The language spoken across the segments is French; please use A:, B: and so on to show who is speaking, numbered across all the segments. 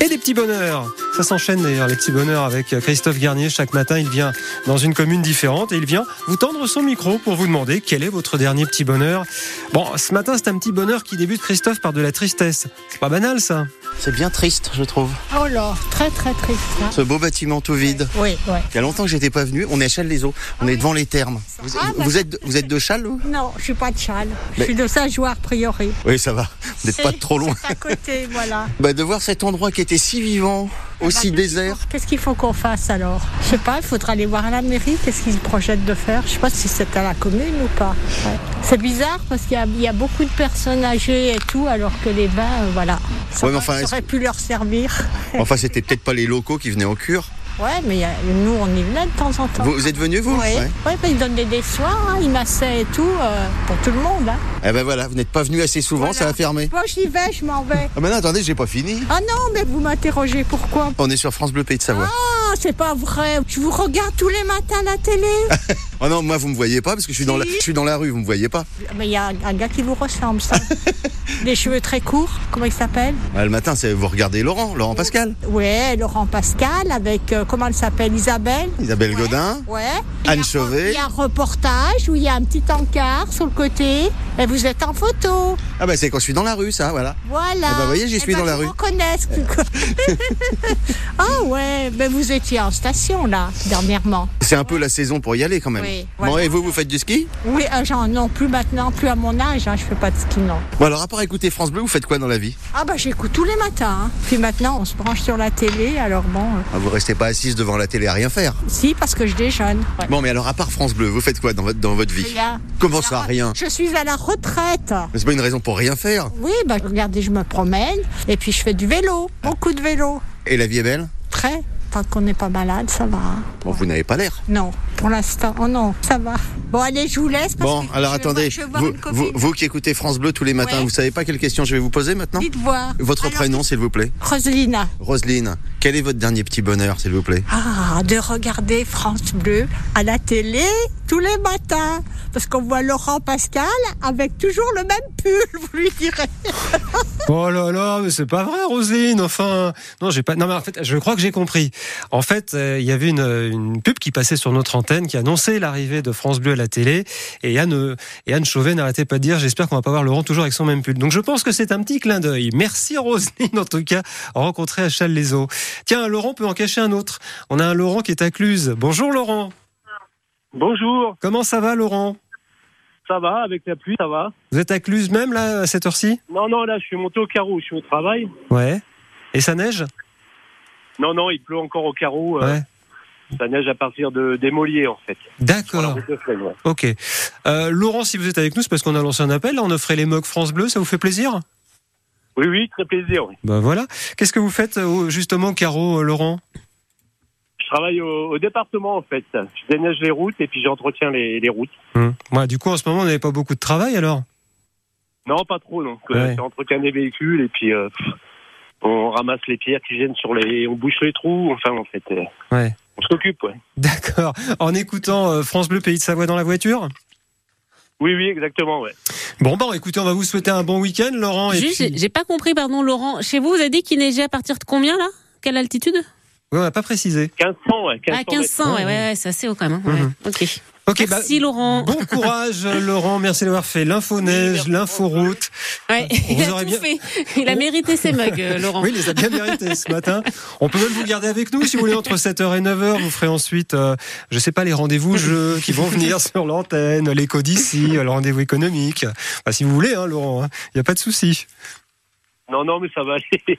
A: et des petits bonheurs. Ça s'enchaîne d'ailleurs, les petits bonheurs avec euh, Christophe Garnier. Chaque matin, il vient dans une commune différente et il vient vous tendre son micro pour vous demander quel est votre dernier petit bonheur. Bon, ce matin, c'est un petit bonheur qui débute, Christophe, par de la tristesse. C'est pas banal, ça.
B: C'est bien triste, je trouve.
C: Oh là, très très triste. hein.
B: Ce beau bâtiment tout vide.
C: Oui, oui.
B: Il y a longtemps que j'étais pas venu. On est à Châles-les-Eaux. On est devant les thermes. Vous,
C: Ah, bah.
B: vous êtes, vous êtes de Châles vous
C: Non, je suis pas de Châle. Je
B: Mais-
C: suis de Saint-Jouard, a priori.
B: Oui, ça va. Vous n'êtes pas
C: C'est-
B: trop loin.
C: c'est à côté, voilà.
B: Bah, de voir cet endroit qui était si vivant, aussi
C: Bah,
B: désert.
C: Qu'est-ce qu'il faut qu'on fasse alors Je sais pas, il faudra aller voir à la mairie, qu'est-ce qu'ils projettent de faire. Je sais pas si c'est à la commune ou pas. Ouais. C'est bizarre parce qu'il y a- il y, a beaucoup de personnes âgées et tout, alors que les bains, euh, voilà. Ça
B: Ouais, mais
C: aurait-
B: enfin,
C: ça
B: est-ce-
C: aurait pu leur servir.
B: Enfin, c'était peut-être pas les locaux qui venaient en cure.
C: Ouais, mais il y a- nous, on y venait de temps en temps.
B: Vous, vous êtes venus, vous
C: Oui,
B: Ouais.
C: Ouais, bah, ils donnent des, des soins, hein, ils massaient et tout, euh, pour tout le monde. hein.
B: Eh ben voilà, vous n'êtes pas venu assez souvent, ça a fermé.
C: Moi, j'y vais, je m'en vais.
B: Ah, mais non, attendez, j'ai pas fini.
C: Ah non, mais vous m'interrogez pourquoi
B: On est sur France Bleu Pays de Savoie.
C: Ah, c'est pas vrai. Je vous regarde tous les matins à la télé.
B: Oh non, moi, vous me voyez pas parce que je suis dans la,
C: Si.
B: je suis dans la rue, vous me voyez pas.
C: Mais il y a un gars qui vous ressemble, ça. Des cheveux très courts. Comment il s'appelle
B: Ah, le matin, c'est vous regardez Laurent, Laurent Pascal,
C: Ouais, Laurent Pascal avec, euh, comment elle s'appelle Isabelle
B: Isabelle
C: Ouais.
B: Godin.
C: Ouais.
B: Anne
C: Il y a-
B: Chauvet.
C: Il y a un reportage où il y a un petit encart sur le côté. Et vous êtes en photo.
B: Ah bah c'est quand je suis dans la rue, ça, voilà.
C: Voilà.
B: Eh ben, vous voyez, j'y
C: Eh
B: suis
C: ben,
B: dans la
C: ils
B: rue.
C: vous reconnaissent. ah ouais, mais vous étiez en station, là, dernièrement.
B: C'est un peu la saison pour y aller quand même.
C: Oui,
B: Bon,
C: voilà.
B: et vous, vous faites du ski
C: Oui, euh, genre, non, plus maintenant, plus à mon âge, hein, je fais pas de ski, non.
B: Bon, alors, à part écouter France Bleu, vous faites quoi dans la vie
C: Ah bah j'écoute tous les matins. hein. Puis maintenant on se branche sur la télé, alors bon, euh,
B: Ah, Vous restez pas assise devant la télé à rien faire.
C: si parce que je déjeune. ouais.
B: Bon, mais alors, à part France Bleu, vous faites quoi dans votre, dans votre vie
C: Rien. euh,
B: Comment ça, rien
C: Je suis à la retraite.
B: Mais c'est pas une raison pour rien faire.
C: Oui, bah regardez, je me promène et puis je fais du vélo, beaucoup de vélo.
B: Et la vie est belle
C: Très. Tant qu'on n'est pas malade, ça va. hein.
B: Bon, vous n'avez pas l'air.
C: Non, pour l'instant, oh non, ça va. Bon allez, je vous laisse. Parce
B: Bon,
C: que
B: alors
C: je vais
B: attendez,
C: voir- je vais voir
B: vous,
C: une
B: vous,
C: copine.
B: vous qui écoutez France Bleu tous les matins,
C: Ouais.
B: vous savez pas quelle question je vais vous poser maintenant
C: Dites voir.
B: Votre
C: Alors,
B: prénom, s'il vous plaît
C: Roselina.
B: Roselyne, quel est votre dernier petit bonheur, s'il vous plaît
C: Ah, de regarder France Bleu à la télé tous les matins. Parce qu'on voit Laurent Pascal avec toujours le même pull, vous lui direz.
A: Oh là là, mais c'est pas vrai, Roselyne. Enfin, non, j'ai pas. Non, mais en fait, je crois que j'ai compris. En fait, euh, il y avait une, euh, une pub qui passait sur notre antenne qui annonçait l'arrivée de France Bleu à la télé. Et Anne, euh, et Anne Chauvet n'arrêtait pas de dire J'espère qu'on va pas voir Laurent toujours avec son même pull. Donc, je pense que c'est un petit clin d'œil. Merci, Roselyne, en tout cas, rencontrée à Châles-les-Eaux. Tiens, Laurent peut en cacher un autre. On a un Laurent qui est à Cluse. Bonjour, Laurent.
D: Bonjour,
A: Comment ça va, Laurent
D: ça va avec la pluie, ça va
A: Vous êtes à Cluse même, là, à cette heure-ci
D: Non, non, là, je suis monté au carreau, je suis au travail.
A: Ouais. Et ça neige
D: Non, non, il pleut encore au carreau. euh,
A: Ouais.
D: Ça neige à partir de, des Molliers, en fait. Sur la
A: D'accord.
D: route de Fresnes, ouais.
A: Ok. Euh, Laurent, si vous êtes avec nous, c'est parce qu'on a lancé un appel. Là, on offrait les mugs France Bleu. Ça vous fait plaisir
D: Oui, oui, très plaisir. oui.
A: Ben voilà. Qu'est-ce que vous faites euh, justement, Caro, euh, Laurent
D: Je travaille au, au département, en fait. Je déneige les routes et puis j'entretiens les, les routes.
A: Hum. Ouais, Du coup, en ce moment, on n'avait pas beaucoup de travail alors
D: Non, pas trop, non. Euh,
A: Ouais.
D: J'entretiens les véhicules et puis euh, pff, on ramasse les pierres qui viennent sur les... On bouche les trous, enfin, en fait. euh,
A: Ouais.
D: On s'occupe, ouais.
A: D'accord. En écoutant euh, France Bleu, Pays de Savoie dans la voiture
D: Oui, oui, exactement, ouais.
A: Bon, bon, écoutez, on va vous souhaiter un bon week-end, Laurent. et
E: Juste,
A: puis-
E: j'ai- j'ai pas compris, pardon, Laurent. Chez vous, vous avez dit qu'il neigeait à partir de combien là Quelle altitude
A: Ouais, on n'a pas précisé.
D: 1500, ouais. 1500
E: À 1500, ouais,
A: mètres.
E: ouais, ouais, c'est assez haut quand même. hein, ouais.
A: Mhm.
E: Ok.
A: Ok, bah,
E: Merci Laurent.
A: Bon courage, euh, Laurent. Merci d'avoir fait l'info-neige, l'info-route.
E: Ouais, Il
A: vous
E: a
A: aurez
E: tout
A: bien-
E: fait. Il a mérité ses mugs, euh, Laurent.
A: Oui, il les a bien mérités ce matin. On peut même vous garder avec nous si vous voulez entre 7h et 9h. Vous ferez ensuite, euh, je sais pas, les rendez-vous jeux qui vont venir sur l'antenne, les codici, le rendez-vous économique. Enfin, si vous voulez, hein, Laurent, il n'y a pas de souci.
D: Non, non, mais ça va aller.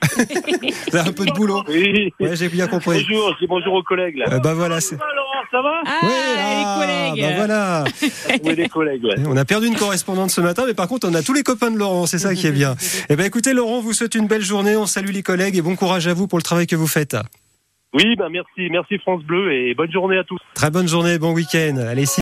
A: Vous avez un peu de boulot.
D: oui.
A: Ouais, j'ai bien compris.
D: Bonjour, je dis bonjour aux collègues, là.
A: Euh, bah voilà, c'est.
D: Ah, Laurent, ça va
E: Ah,
A: Ouais, ah,
E: les collègues.
A: bah voilà.
D: Oui, les collègues, ouais.
A: On a perdu une correspondante ce matin, mais par contre, on a tous les copains de Laurent, c'est ça qui est bien. Eh ben, écoutez, Laurent, on vous souhaite une belle journée. On salue les collègues et bon courage à vous pour le travail que vous faites.
D: Oui, ben merci, merci bah, France Bleu et bonne journée à tous.
A: Très bonne journée, bon week-end. Allez,